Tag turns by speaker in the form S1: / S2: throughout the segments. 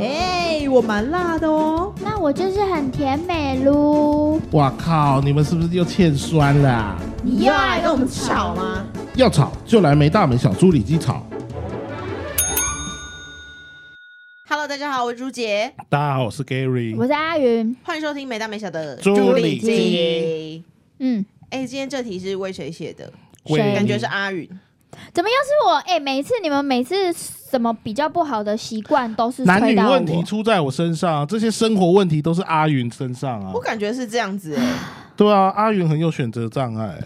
S1: 哎、我蛮辣的哦。
S2: 那我就是很甜美噜。
S3: 哇靠！你们是不是又欠酸啦、
S1: 你又要来跟我们吵吗？
S3: 要吵就来没大门小猪里鸡吵。
S1: Hello，大家好，我是朱杰，
S3: 大家好，我是 Gary。
S2: 我是阿云，
S1: 欢迎收听没大没小的
S3: 朱里基
S1: 基。
S2: 嗯，
S1: 哎、今天这题是为谁写的？
S3: 为
S2: 谁
S1: 感觉是阿允。
S2: 怎么又是我？哎、每次你们每次什么比较不好的习惯都是
S3: 男
S2: 推
S3: 女
S2: 到我
S3: 问题出在我身上，这些生活问题都是阿云身上啊
S1: 我。感觉是这样子、哎，
S3: 对啊，阿云很有选择障碍。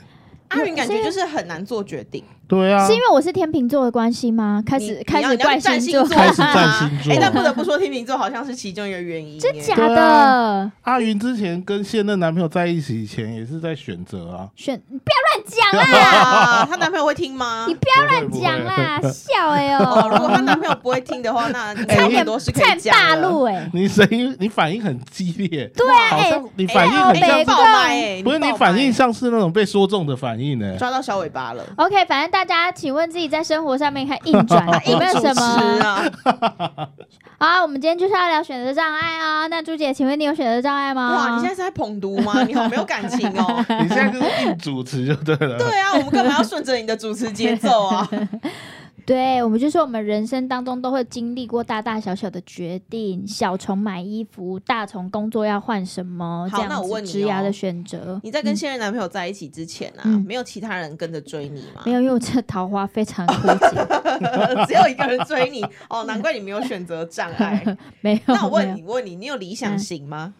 S1: 阿允感觉就是很难做决定，
S3: 对啊
S2: 是，因为我是天秤座的关系吗？开
S1: 你
S2: 始
S1: 你
S2: 开
S1: 要
S2: 始
S1: 你要
S2: 怪
S1: 占
S2: 星
S1: 星
S2: 座，
S3: 开始占
S1: 啊
S3: 星座
S1: 哎、但不得不说，天秤座好像是其中一个原因、
S2: 真
S1: 哎
S2: 假
S3: 对
S2: 的？
S3: 啊阿云之前跟现任男朋友在一起以前也是在选择啊。
S2: 选不要乱讲啦！啊
S1: 啊哇，她男朋友会听吗
S2: 你？不要乱 讲啦，笑哎呦、
S1: 哦，如果她男朋友不会听的话，那应该
S2: 差
S1: 有很
S2: 点
S1: 多事可
S2: 差
S1: 以啊
S2: 点
S1: 讲
S2: 大
S1: 了。
S2: 陆哎，
S3: 你声音，你反应很激烈，
S2: 对啊，
S3: 好
S2: 哎、
S3: 像你反应很
S1: 哎
S3: 像
S1: 你
S2: 北
S3: 是，
S1: 爆麦、哎
S3: 不是你
S1: 爆麦
S3: 反应像是那种被说中的反应呢、
S1: 抓到小尾巴了。
S2: OK，反正大家请问自己在生活上面看硬转 有没有什
S1: 主持
S2: 么？
S1: 啊？
S2: 好啊，我们今天就是要聊选择障碍啊。那朱姐，请问你有选择障碍吗？
S1: 哇，你现在是在捧读吗？你好没有感情 哦。
S3: 你现在就是硬主持就对了。
S1: 对 啊，我们干嘛要顺着你的主持节奏 啊？
S2: 对，我们就说我们人生当中都会经历过大大小小的决定，小从买衣服，大从工作要换什么，
S1: 好
S2: 这样
S1: 那我问
S2: 子
S1: 你
S2: 职涯
S1: 哦
S2: 的选择。
S1: 你在跟现任男朋友在一起之前啊，
S2: 嗯
S1: 没有其他人跟着追你吗？
S2: 没有，因为我这桃花非常枯竭，
S1: 只有一个人追你哦，难怪你没有选择障碍。
S2: 没有。嗯
S1: 那我
S2: 没有
S1: 问你，问你，你有理想型吗？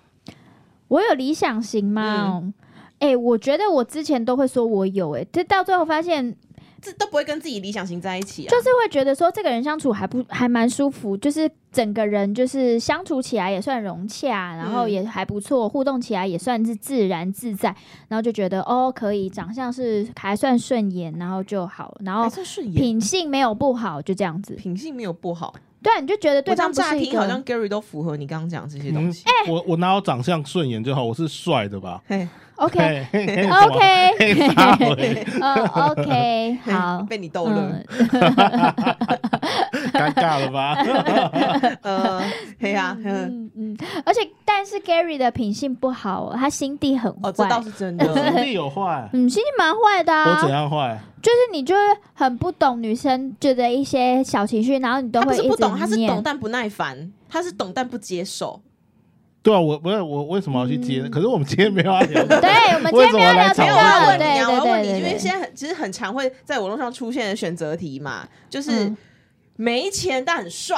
S2: 我有理想
S1: 嗯
S2: 型吗？哎、我觉得我之前都会说我有、哎，这到最后发现，
S1: 这都不会跟自己理想型在一起啊。
S2: 就是会觉得说这个人相处还不还蛮舒服，就是整个人就是相处起来也算融洽，然后
S1: 嗯
S2: 也还不错，互动起来也算是自然自在，然后就觉得哦可以，长相是还算顺眼，然后就好，然
S1: 还
S2: 后
S1: 哎算顺眼，
S2: 品性没有不好，就这样子。
S1: 品性没有不好。
S2: 对啊，你就觉得对
S1: 我这
S2: 方
S1: 样
S2: 不
S1: 乍
S2: 是一
S1: 听好
S2: 个
S1: 像 Gary 都符合你刚刚讲这些东
S3: 嗯
S1: 西。
S3: 我我哪有长相顺眼就好，我是帅的吧
S1: 嘿，
S2: OK
S3: 嘿嘿嘿
S2: OK
S3: 嘿撒 回
S2: 呃 OK
S1: 嘿
S2: 好。
S1: 被你逗了。
S2: 嗯
S3: 尴尬 了吧？
S1: 呃，嘿呀，嗯
S2: 嗯嗯，而且但是 Gary 的品性不好哦，他心地很坏。
S1: 哦，这倒是真
S3: 我
S1: 的。
S3: 能力有坏，
S2: 嗯，心地蛮坏的
S3: 我怎
S2: 啊，
S3: 样坏？
S2: 就是你就是很不懂女生觉得一些小情绪，然后你都
S1: 他不
S2: 会
S1: 是
S2: 一
S1: 不
S2: 直
S1: 懂，他是懂
S2: 念。
S1: 但不耐烦，他是懂但不接受。
S3: 对啊，我不是我为什么要去接？可是我们今天没有要聊这个。
S2: 嗯 对，我们今天没有聊这
S3: 没
S1: 没
S3: 有
S1: 有，
S2: 个
S3: 我
S1: 我要问
S2: 对
S1: 你啊，我
S2: 对
S1: 要问你，
S2: 对
S1: 因为
S2: 对
S1: 现
S2: 对。
S1: 在很其实很常会在网络上出现的选择题嘛，就是
S2: 嗯
S1: 没钱但很帅，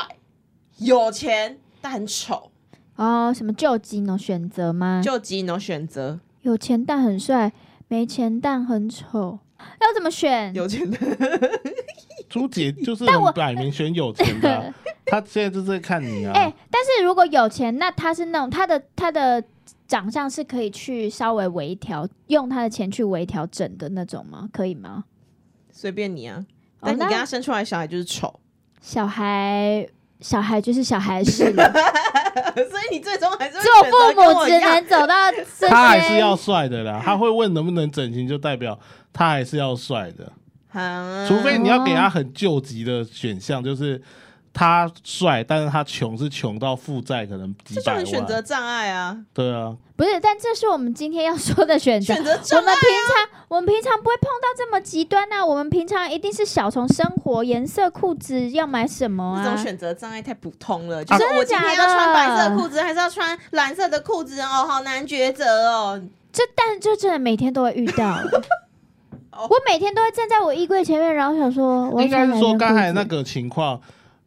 S1: 有钱但很丑，
S2: 哦，什么救急呢？选择吗？
S1: 就几种选择，
S2: 有钱但很帅，没钱但很丑，要怎么选？
S1: 有钱的
S3: 朱姐就是
S2: 但我
S3: 很摆明选有钱的 啊，她现在就是在看你啊。
S2: 哎、但是如果有钱，那他是那种他的他的长相是可以去稍微微调，用他的钱去微调整的那种吗？可以吗？
S1: 随便你啊。
S2: 哦
S1: 但你
S2: 那
S1: 跟他生出来的小孩就是丑，
S2: 小孩，小孩就是小孩是了
S1: 所以你最终还是会
S2: 做
S1: 选择
S2: 父
S1: 跟
S2: 母
S1: 我一
S2: 只
S1: 样。
S2: 能 走到这
S3: 他还是要
S2: 些。
S3: 帅的啦，他会问能不能整形，就代表他还是要帅的，
S2: 嗯
S1: 啊
S3: 除非你要给他很救急的选项，就是他帅，但是他穷是穷到负债可能几
S1: 这就
S3: 百
S1: 很选择
S3: 万，
S1: 障碍啊，
S3: 对啊，
S2: 不是，但这是我们今天要说的选择。
S1: 选择啊
S2: 我
S1: 障碍
S2: 们。平常我们平常不会碰到这么极端呐、我们平常一定是小从生活、颜色、裤子要买什么
S1: 这
S2: 啊
S1: 种？选择障碍太普通了，就是
S2: 真的
S1: 我今天
S2: 假
S1: 要
S2: 的
S1: 穿白色裤子还是要穿蓝色的裤子哦，好难抉择哦。
S2: 这但这真的每天都会遇到欸
S1: 哦。
S2: 我每天都会站在我衣柜前面，然后想说，我要
S3: 应该是
S2: 穿
S3: 说
S2: 哪件
S3: 刚才
S2: 裤
S3: 那
S2: 子
S3: 个情况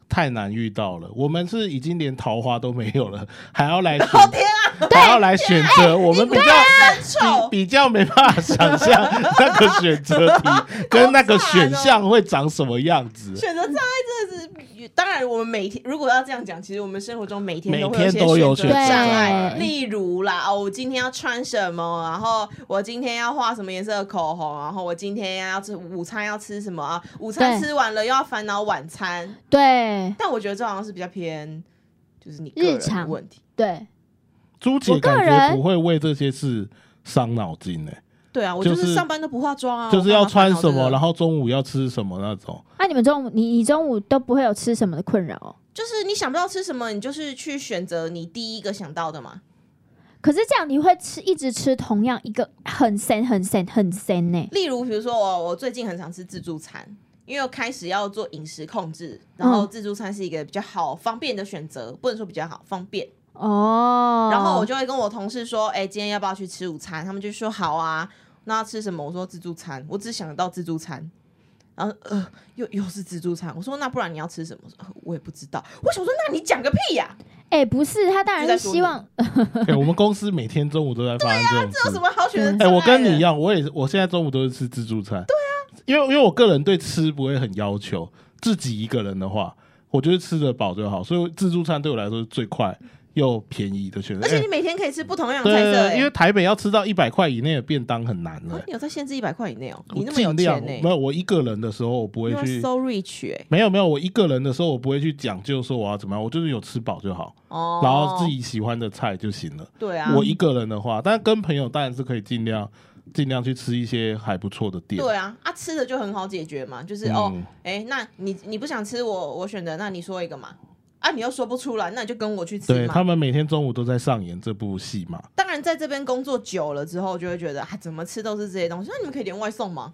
S3: 太难遇到了，我们是已经连桃花都没有了，还要来选，
S1: 哦天啊，哎
S3: 还要来选择，我们比较。
S1: 很丑。
S3: 比比较没办法想象那个 选择题跟那个
S1: 哦
S3: 选项会长什么样子，
S1: 选择障碍真的是，当然我们每天如果要这样讲，其实我们生活中每天
S3: 每
S1: 都会
S3: 天都有
S1: 有一些
S3: 选
S1: 选
S3: 择
S1: 择
S2: 对
S1: 障碍，
S2: 对
S1: 例如啦，哦，我今天要穿什么，然后我今天要画什么颜色的口红，然后我今天要吃午餐要吃什么啊，午餐
S2: 对
S1: 吃完了又要烦恼晚餐，
S2: 对
S1: 但我觉得这好像是比较偏就是你个
S2: 日
S1: 人的
S2: 常
S1: 问题，
S2: 对，
S3: 朱姐
S2: 我个
S3: 感
S2: 人
S3: 觉不会为这些事伤脑筋呢、
S1: 对啊，我
S3: 就
S1: 就是
S3: 是
S1: 上班都不化妆啊，
S3: 就是
S1: 我干
S3: 要
S1: 嘛烦
S3: 穿
S1: 恼
S3: 什
S1: 这
S3: 么，
S1: 个
S3: 然后中午要吃什么那种。
S2: 那、你们中午，你你中午都不会有吃什么的困扰哦、
S1: 就是你想不到吃什么，你就是去选择你第一个想到的嘛。
S2: 可是这样你会吃一直吃同样一个很咸很咸很欸咸呢、
S1: 例如，比如说我我最近很常吃自助餐，因为我开始要做饮食控制，然后
S2: 嗯
S1: 自助餐是一个比较好方便的选择，不能说比较好方便。
S2: 哦，
S1: 然后我就会跟我同事说，哎、今天要不要去吃午餐？他们就说好啊。那要吃什么？我说自助餐，我只想得到自助餐。然后呃，又又是自助餐。我说那不然你要吃什么？我说呃我也不知道。我想说，那你讲个屁呀、
S2: 哎、不是，他当然
S1: 就在
S2: 是
S1: 说
S2: 希望
S3: 哎、我们公司每天中午都在发生这种
S1: 这有
S3: 事
S1: 什。么好选
S2: 嗯
S1: 的？
S3: 哎、我跟你一，样，我也是我现在中午都是吃自助餐。对啊，因为因为我个人对吃不会很要求，自己一个人的话，我觉得吃得饱就好，所以自助餐对我来说是最快又便宜的选择。
S1: 而且
S3: 哎
S1: 你每天可以吃不同样的菜
S3: 对
S1: 色、哎
S3: 因为台北要吃到一百块以内的便当很难了、
S1: 啊你有在限制一百块以内哦，
S3: 我
S1: 你那么有
S3: 尽量
S1: 钱呢、
S3: 没有，我一个人的时候我不会
S1: You are
S3: 去。
S1: so rich 哎、
S3: 没有没有，我一个人的时候我不会去讲究说我要怎么样，我就是有吃饱就好，
S1: 哦，
S3: 然后自己喜欢的菜就行了。
S1: 对啊，
S3: 我一个人的话，但跟朋友当然是可以尽量尽量去吃一些还不错的店。
S1: 对啊，啊吃的就很好解决嘛，就是、哦
S3: 嗯，
S1: 哎、那你你不想吃我我选的，那你说一个嘛，啊你又说不出来，那你就跟我去吃
S3: 对
S1: 嘛
S3: 他。们每天中午都在上演这部戏嘛。
S1: 当然在这边工作久了之后，就会觉得啊怎么吃都是这些东西，那你们可以点外送吗？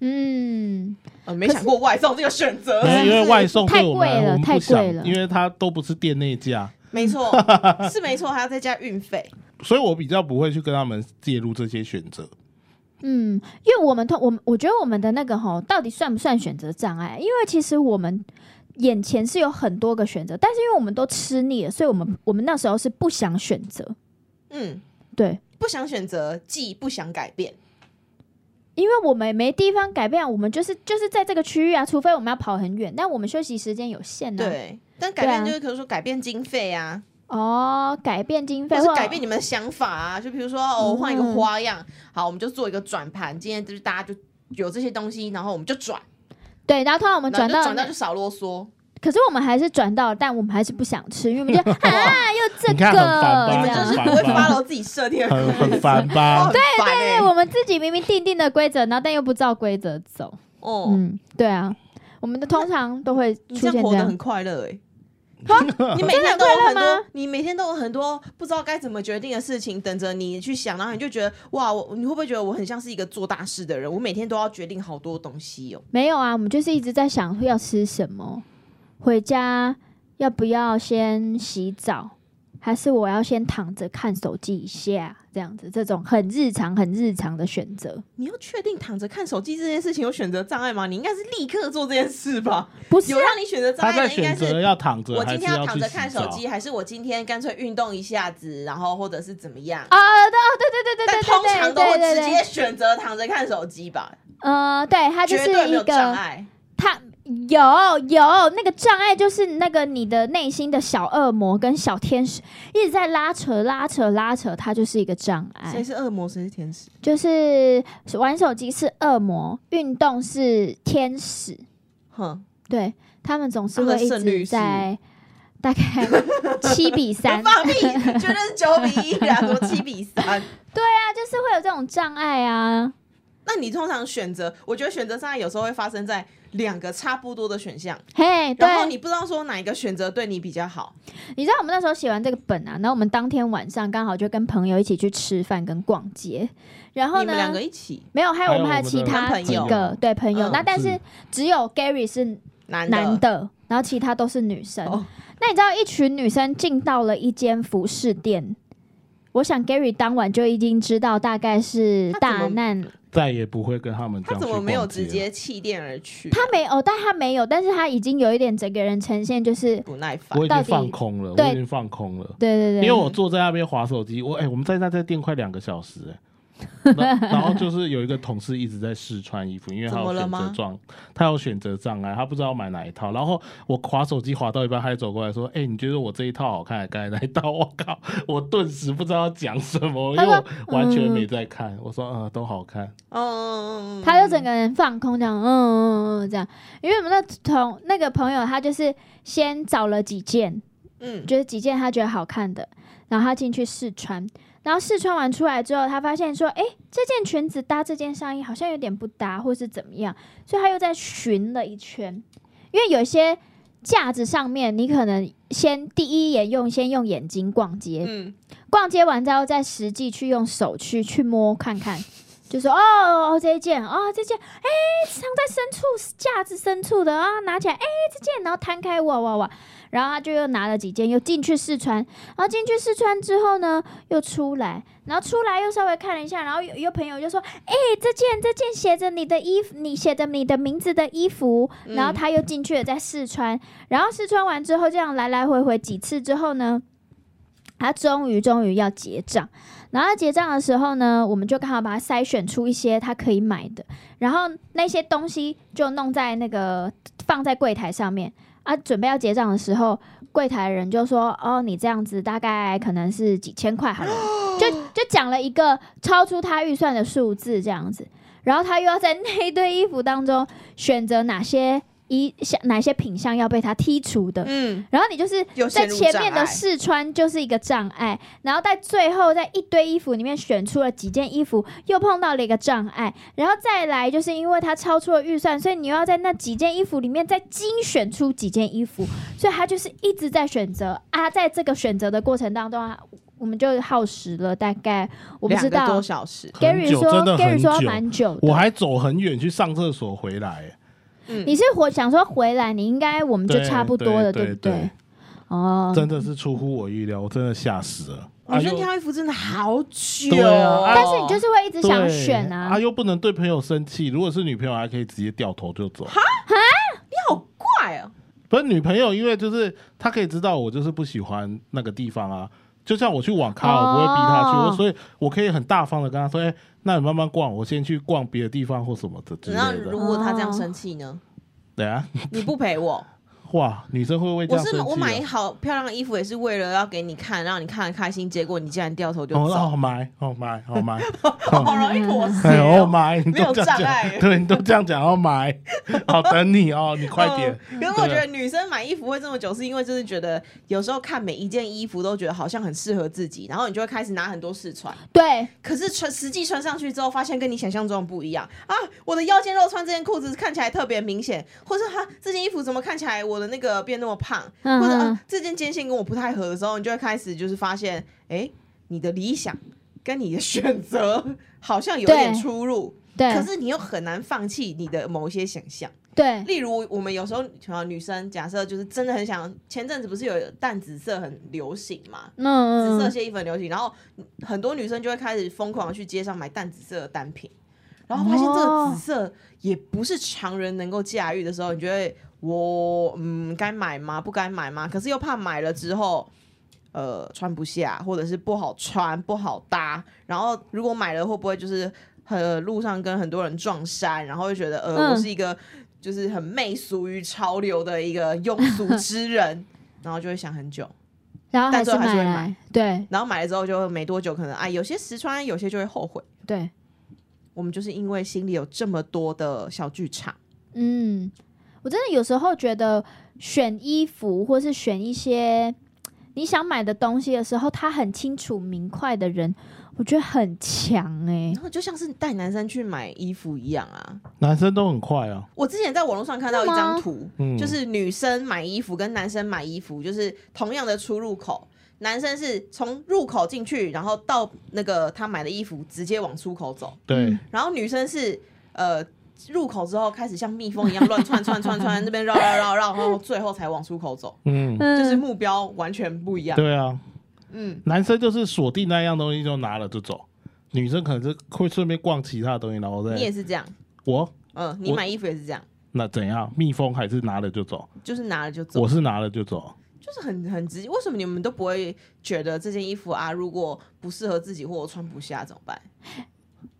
S2: 嗯，
S1: 呃，没想过外送这个选择，
S3: 没有因为外送
S2: 太
S3: 对我们来
S2: 贵了
S3: 我们
S2: 太
S3: 不想
S2: 贵了，
S3: 因为它都不是店内价，
S1: 没错 是没错，还要再加运费。
S3: 所以我比较不会去跟他们介入这些选择。
S2: 嗯，因为我们通我们我觉得我们的那个吼，到底算不算选择障碍？因为其实我们眼前是有很多个选择，但是因为我们都吃腻了，所以我们我们那时候是不想选择。
S1: 嗯，
S2: 对，
S1: 不想选择，既不想改变。
S2: 因为我们没地方改变，我们就是就是在这个区域啊，除非我们要跑很远，但我们休息时间有限啊呢、
S1: 对，但改变
S2: 对啊
S1: 就是可能说改变经费啊，
S2: 哦，改变经费
S1: 或
S2: 或
S1: 是
S2: 嗯
S1: 改变你们的想法啊。就比如说，哦，我换一个花样，好，我们就做一个转盘。今天就是大家就有这些东西，然后我们就转，
S2: 对，然后突然我们
S1: 然后
S2: 转
S1: 就
S2: 到
S1: 转到就少啰嗦。
S2: 可是我们还是转到了，但我们还是不想吃，因为我们觉 得啊，又这个
S3: 你看 很烦
S1: 你
S3: 吧对
S1: 们
S2: 这
S1: 就
S2: 样
S1: 是
S3: 很
S1: 不
S3: 烦
S1: 会
S3: 吧
S1: follow 自己设定的
S3: 很
S1: 规 则
S3: 很烦吧
S1: 哦很烦欸
S2: 对哎我们自己明明定定的规则，然后但又不照规则走。
S1: 哦，
S2: 嗯，对啊，我们的通常都会
S1: 你
S2: 出
S1: 这
S2: 现
S1: 样活
S2: 这
S1: 得
S2: 样
S1: 很。快乐 哎。 你每天都有很
S2: 真的很快乐
S1: 多，你每天都有很多不知道该怎么决定的事情等着你去想，然后你就觉得哇，我你会不会觉得我很像是一个做大事的人？我每天都要决定好多东西哦。
S2: 没有啊，我们就是一直在想要吃什么，回家要不要先洗澡，还是我要先躺着看手机一下，这样子这种很日常、很日常的选择，
S1: 你要确定躺着看手机这件事情有选择障碍吗？你应该是立刻做这件事吧？
S2: 不是啊
S1: 有啊让你选择障
S3: 他
S1: 碍
S3: 在
S1: 的应
S3: 选
S1: 该
S3: 择
S1: 是
S3: 要躺着
S1: 我
S3: 还
S1: 今
S3: 是
S1: 天要
S3: 去
S1: 躺着看
S3: 洗
S1: 手
S3: 澡。
S1: 机，还是我今天干脆运动一下子，然后或者是怎么样？
S2: 啊？对对对
S1: 但
S2: 对
S1: 通常
S2: 对对
S1: 都会
S2: 对对
S1: 直
S2: 对
S1: 接
S2: 对，
S1: 选择躺着看手机吧，
S2: 呃，对，它就
S1: 绝
S2: 是
S1: 对没
S2: 一
S1: 有障
S2: 个
S1: 碍。
S2: 它有有那个障碍，就是那个你的内心的小恶魔跟小天使一直在拉扯、拉扯、拉扯，它就是一个障碍
S1: 谁。是恶魔，谁是天使？
S2: 就是玩手机是恶魔，运动是天使，
S1: 哼，
S2: 对他们总是
S1: 他们
S2: 会
S1: 的
S2: 一
S1: 胜率
S2: 直
S1: 是
S2: 在大概七 比三，对
S1: 放屁，绝对是九比一啊，多七比三。
S2: 啊，就是会有这种障碍啊。
S1: 那你通常选择，我觉得选择障碍有时候会发生在两个差不多的选项，
S2: 嘿，对
S1: 然，后你不知道说哪一个选择对你比较好。
S2: 你知道我们那时候写完这个本啊，然后我们当天晚上刚好就跟朋友一起去吃饭跟逛街，然后
S1: 你们两
S2: 呢
S1: 个，一起，
S2: 没有，还有我们还
S3: 还有
S2: 有其
S3: 我们的
S2: 他
S1: 朋
S2: 几
S1: 友
S2: 个对朋友，
S1: 嗯
S2: 那但是
S3: 是
S2: 只有 Gary 是
S1: 男的，
S2: 男的，然后其他都是女生。
S1: 哦
S2: 那你知道一群女生进到了一间服饰店，我想 Gary 当晚就已经知道大概是
S1: 他怎
S2: 大
S1: 么
S2: 难。
S3: 再也不会跟他们这
S1: 他
S3: 样
S1: 怎
S3: 去
S1: 么没有
S3: 逛街
S1: 直
S3: 了
S1: 接弃店而去？
S2: 他没有，但他没有，但是他已经有一点整个人呈现就是，
S1: 不耐烦
S3: 我已
S2: 到
S3: 经
S2: 底
S3: 放空了，
S2: 对
S3: 我已经放空了，
S2: 对对
S3: 因
S2: 对，
S3: 为我坐在那边划手机，我哎、我们在那家店快两个小时哎、然然后就是有一个同事一直在试穿衣服，因为他
S1: 怎么
S3: 有
S1: 了
S3: 选择
S1: 吗
S3: 障，他有选择障碍，他不知道买哪一套。然后我划手机划到一半，他就走过来说：“哎、你觉得我这一套好看，还刚才那一套？” 我靠，我顿时不知道要讲什么，因
S2: 他
S3: 为
S2: 说
S3: 我完全没
S2: 嗯
S3: 在看。我说：“啊、都好看。
S1: 嗯，
S2: 他就整个人放空，这样，嗯嗯嗯嗯，这样。因为我们那同那个朋友，他就是先找了几件，
S1: 嗯，
S2: 就是几件他觉得好看的，然后他进去试穿，然后试穿完出来之后，他发现说，哎，这件裙子搭这件上衣好像有点不搭，或是怎么样，所以他又再寻了一圈，因为有一些架子上面，你可能先第一眼用先用眼睛逛街，
S1: 嗯，
S2: 逛街完之后再实际去用手去去摸看看。 就说哦哦这一件哦这件哎藏在深处架子深处的啊拿起来哎这件然后摊开哇哇哇然后他就又拿了几件又进去试穿然后进去试穿之后呢又出来然后出来又稍微看了一下然后有有朋友就说哎这件这件写着你的衣服你写着你的名字的衣服然后他又进去了再试穿然后试穿完之后这样来来回回几次之后呢他终于终于要结账。然后结账的时候呢，我们就刚好把它筛选出一些他可以买的，然后那些东西就弄在那个放在柜台上面啊。准备要结账的时候，柜台人就说：“哦，你这样子大概可能是几千块好了。就”就讲了一个超出他预算的数字这样子，然后他又要在那一堆衣服当中选择哪些衣项哪些品项要被他剔除的，
S1: 嗯，
S2: 然后你就是
S1: 有
S2: 在
S1: 陷入
S2: 前
S1: 障
S2: 面的
S1: 碍
S2: 试穿就是一个障碍，然后在最后在一堆衣服里面选出了几件衣服，又碰到了一个障碍，然后再来就是因为它超出了预算，所以你又要在那几件衣服里面再精选出几件衣服，所以他就是一直在选择啊，在这个选择的过程当中啊，我们就耗时了大概我不
S1: 两
S2: 知
S1: 个
S2: 道
S1: 多小时，
S2: ，Gary
S3: 很久
S2: 说
S3: 真的
S2: Gary
S3: 很
S2: 说
S3: 久
S2: 蛮久的，
S3: 我还走很远去上厕所回来，
S1: 嗯，
S2: 你是回想说回来你应该我们就
S3: 对
S2: 差不
S3: 对
S2: 多了，
S3: 对
S2: 不
S3: 对
S2: 对？哦，
S3: 真的是出乎我意料，我真的吓死了。
S1: 我觉得
S3: 又
S1: 挑衣服真的好久
S3: 哎对啊
S1: 哦，
S3: 啊
S2: 但是你就是会一直
S3: 对
S2: 想选啊。
S3: 啊又不能对朋友生气，如果是女朋友还可以直接掉头就走。
S1: 你好怪哦，
S3: 不是女朋友，因为就是她可以知道我就是不喜欢那个地方啊。就像我去网咖，我不会逼她去，
S2: 哦
S3: 我所以我可以很大方的跟她说：“哎、那你慢慢逛，我先去逛别的地方或什么的之
S1: 那
S3: 类
S1: 如
S3: 的。
S1: 果他这样生气呢？”
S3: 对啊，
S1: 你不陪我，
S3: 哇，女生会不会这
S1: 我
S3: 样
S1: 是
S3: 生
S1: 我买
S3: 气、啊？
S1: 好漂亮的衣服也是为了要给你看，让你看得开心，结果你竟然掉头就
S3: 哦
S1: 走，
S3: 哦买哦买哦 买
S1: 好容易妥协
S3: 哎哦
S1: 哦。
S3: 买，你
S1: 没有
S3: 都这样
S1: 障碍
S3: 讲， 对你都这样讲哦买，好等你哦，你快点。啊
S1: 嗯可是我觉得女生买衣服会这么久，是因为就是觉得有时候看每一件衣服都觉得好像很适合自己，然后你就会开始拿很多试穿。
S2: 对，
S1: 可是穿实际穿上去之后，发现跟你想象中的不一样啊！我的腰间肉穿这件裤子看起来特别明显，或者哈这件衣服怎么看起来我的那个变那么胖，
S2: 嗯
S1: 或者、
S2: 嗯
S1: 啊、这件肩线跟我不太合的时候，你就会开始就是发现，哎、你的理想跟你的选择 好像有点
S2: 对
S1: 出入，
S2: 对，
S1: 可是你又很难放弃你的某一些想象。
S2: 对，
S1: 例如，我们有时候呃女生假设就是真的很想，前阵子不是有淡紫色很流行嘛，紫
S2: 嗯
S1: 色
S2: 嗯，
S1: 系衣服很流行，然后很多女生就会开始疯狂地去街上买淡紫色的单品，然后发现这个紫色也不是常人能够驾驭的时候，你觉得我嗯该买吗？不该买吗？可是又怕买了之后。呃，穿不下，或者是不好穿、不好搭，然后如果买了会不会就是呃路上跟很多人撞衫，然后就觉得呃、
S2: 嗯
S1: 我是一个就是很媚俗于潮流的一个庸俗之 人，然后就会想很久。
S2: 然后还
S1: 但最
S2: 是
S1: 后还是
S2: 买
S1: 会
S2: 来
S1: 买，
S2: 对
S1: 然后买了之后就没多久，可能啊有些实穿，有些就会后悔。
S2: 对，
S1: 我们就是因为心里有这么多的小剧场，
S2: 嗯，我真的有时候觉得选衣服或是选一些你想买的东西的时候，他很清楚明快的人，我觉得很强哎、
S1: 然后就像是带男生去买衣服一样啊。
S3: 男生都很快啊，
S1: 我之前在网络上看到一张图，
S3: 嗯，
S1: 就是女生买衣服跟男生买衣服，就是同样的出入口。男生是从入口进去，然后到那个他买的衣服直接往出口走，
S3: 对
S2: 嗯，
S1: 然后女生是呃入口之后开始像蜜蜂一样乱窜 窜窜窜，那边绕绕绕绕，然后最后才往出口走，
S3: 嗯，
S2: 嗯，
S1: 就是目标完全不一样。
S3: 对啊，
S1: 嗯，
S3: 男生就是锁定那样东西就拿了就走，女生可能是会顺便逛其他东西，然后
S1: 你也
S3: 再
S1: 是这样，
S3: 我
S1: 嗯，你
S3: 我
S1: 买衣服也是这样，
S3: 那怎样？蜜蜂还是拿了就走，
S1: 就是拿了就走
S3: 我，是拿了就走。
S1: 就是很很直接。为什么你们都不会觉得这件衣服啊，如果不适合自己或我穿不下怎么办？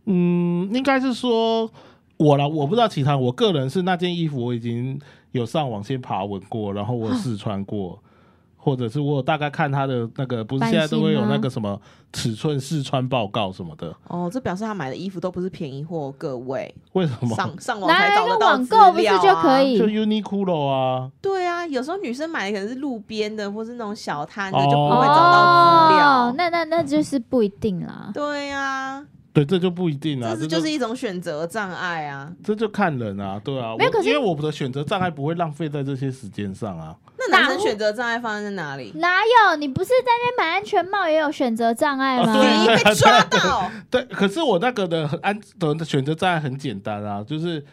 S3: 嗯，应该是说我啦，我不知道其他人，我个人是那件衣服我已经有上网先爬文过，然后我试穿过。或者是我有大概看他的那个，不是
S2: 版
S3: 现在都会有
S2: 型吗
S3: 那个什么尺寸试穿报告什么的，
S1: 哦，这表示他买的衣服都不是便宜货，各 位
S3: 为什么？
S1: 上上网才
S2: 来
S1: 找
S2: 那
S1: 得
S2: 个
S1: 到
S2: 网
S1: 资
S2: 购不是
S1: 料
S2: 就
S1: 啊
S2: 可？以
S3: 就 Uniqlo 啊，
S1: 对啊，有时候女生买的可能是路边的，或是那种小摊的，
S3: 哦
S1: 就不会找到资料。
S2: 哦？那那那就是不一定啦。
S1: 对啊，
S3: 对，这就不一定啊，
S1: 这是
S3: 就
S1: 就是一种选择障碍啊。
S3: 这就看人啊，对啊，
S2: 没有
S3: 我
S2: 可是
S3: 因为我的选择障碍不会浪费在这些时间上啊，
S1: 那男
S2: 大
S1: 生
S2: 户
S1: 选择障碍发生在哪里？
S2: 哪有？你不是在那边买安全帽也有选择障碍
S1: 啊
S2: 吗？
S3: 哦对
S1: 你被抓到，
S3: 对，啊可是我那个的很安的选择障碍很简单啊，就是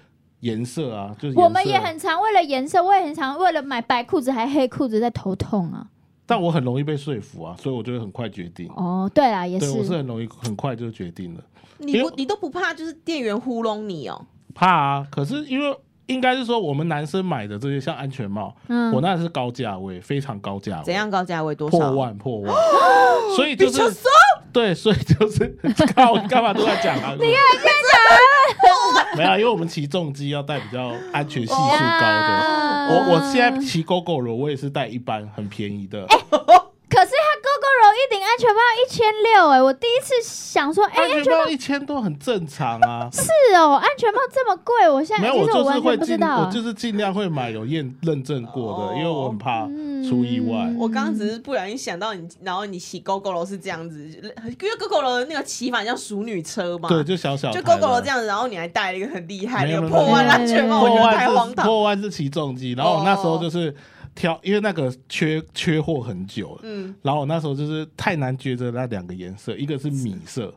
S3: 颜色啊，就是颜色
S2: 我们也，很常为了颜色，我也很常为了买白裤子还黑裤子在头痛啊。
S3: 但我很容易被说服啊，所以我就会很快决定。
S2: 哦，对啦，也
S3: 对，我是
S2: 是。
S3: 很容易很快就决定了，
S1: 你
S3: 因
S1: 不
S3: 为
S1: 你都不怕，就是店员糊弄你哦。
S3: 怕啊。可是因为应该是说我们男生买的这些像安全帽，
S2: 嗯
S3: 我那是高价位，非常高价位，
S1: 怎样高价位多
S3: 破
S1: 少？
S3: 万 破万，所以就
S1: 比丘
S3: 是对，所以就是 靠，你干嘛都在讲啊？你看， 没有，啊因为我们骑重机要带比较安全系数高的。
S2: 呀
S3: 我我现在骑 GoGo 罗，我也是带一般很便宜
S2: 哎
S3: 的，啊
S2: 可是他 GoGo 柔一顶安全帽一千六哎，我第一次想说，哎、
S3: 安全帽一千多很正常啊。
S2: 是哦，安全帽这么贵，我现在
S3: 没有，
S2: 其
S3: 我
S2: 实
S3: 就
S2: 完
S3: 是会
S2: 全不知
S3: 尽，
S2: 道啊
S3: 我。就是尽量会买有验认证过
S1: 哦
S3: 的，因为我很怕出意外
S2: 嗯。
S1: 我刚刚只是不小心想到你，然后你骑 GoGo 楼是这样子，因为 GoGo 楼的那个骑法像熟女车嘛，
S3: 对，就小小
S1: 就
S3: 台
S1: GoGo 楼
S3: 的
S1: 这样子，然后你还戴了一个很厉害
S3: 没
S1: 那
S3: 有
S1: 个
S3: 没有
S1: 破万
S2: 没有
S1: 安全帽，我
S3: 嗯破
S1: 觉得
S3: 万
S1: 哦太荒
S3: 是
S1: 唐。
S3: 破万是起重机，然后我那时候就是挑，因为那个缺缺货很久了，
S1: 嗯
S3: 然后我那时候就是太难抉择那两个颜色，一个是米色，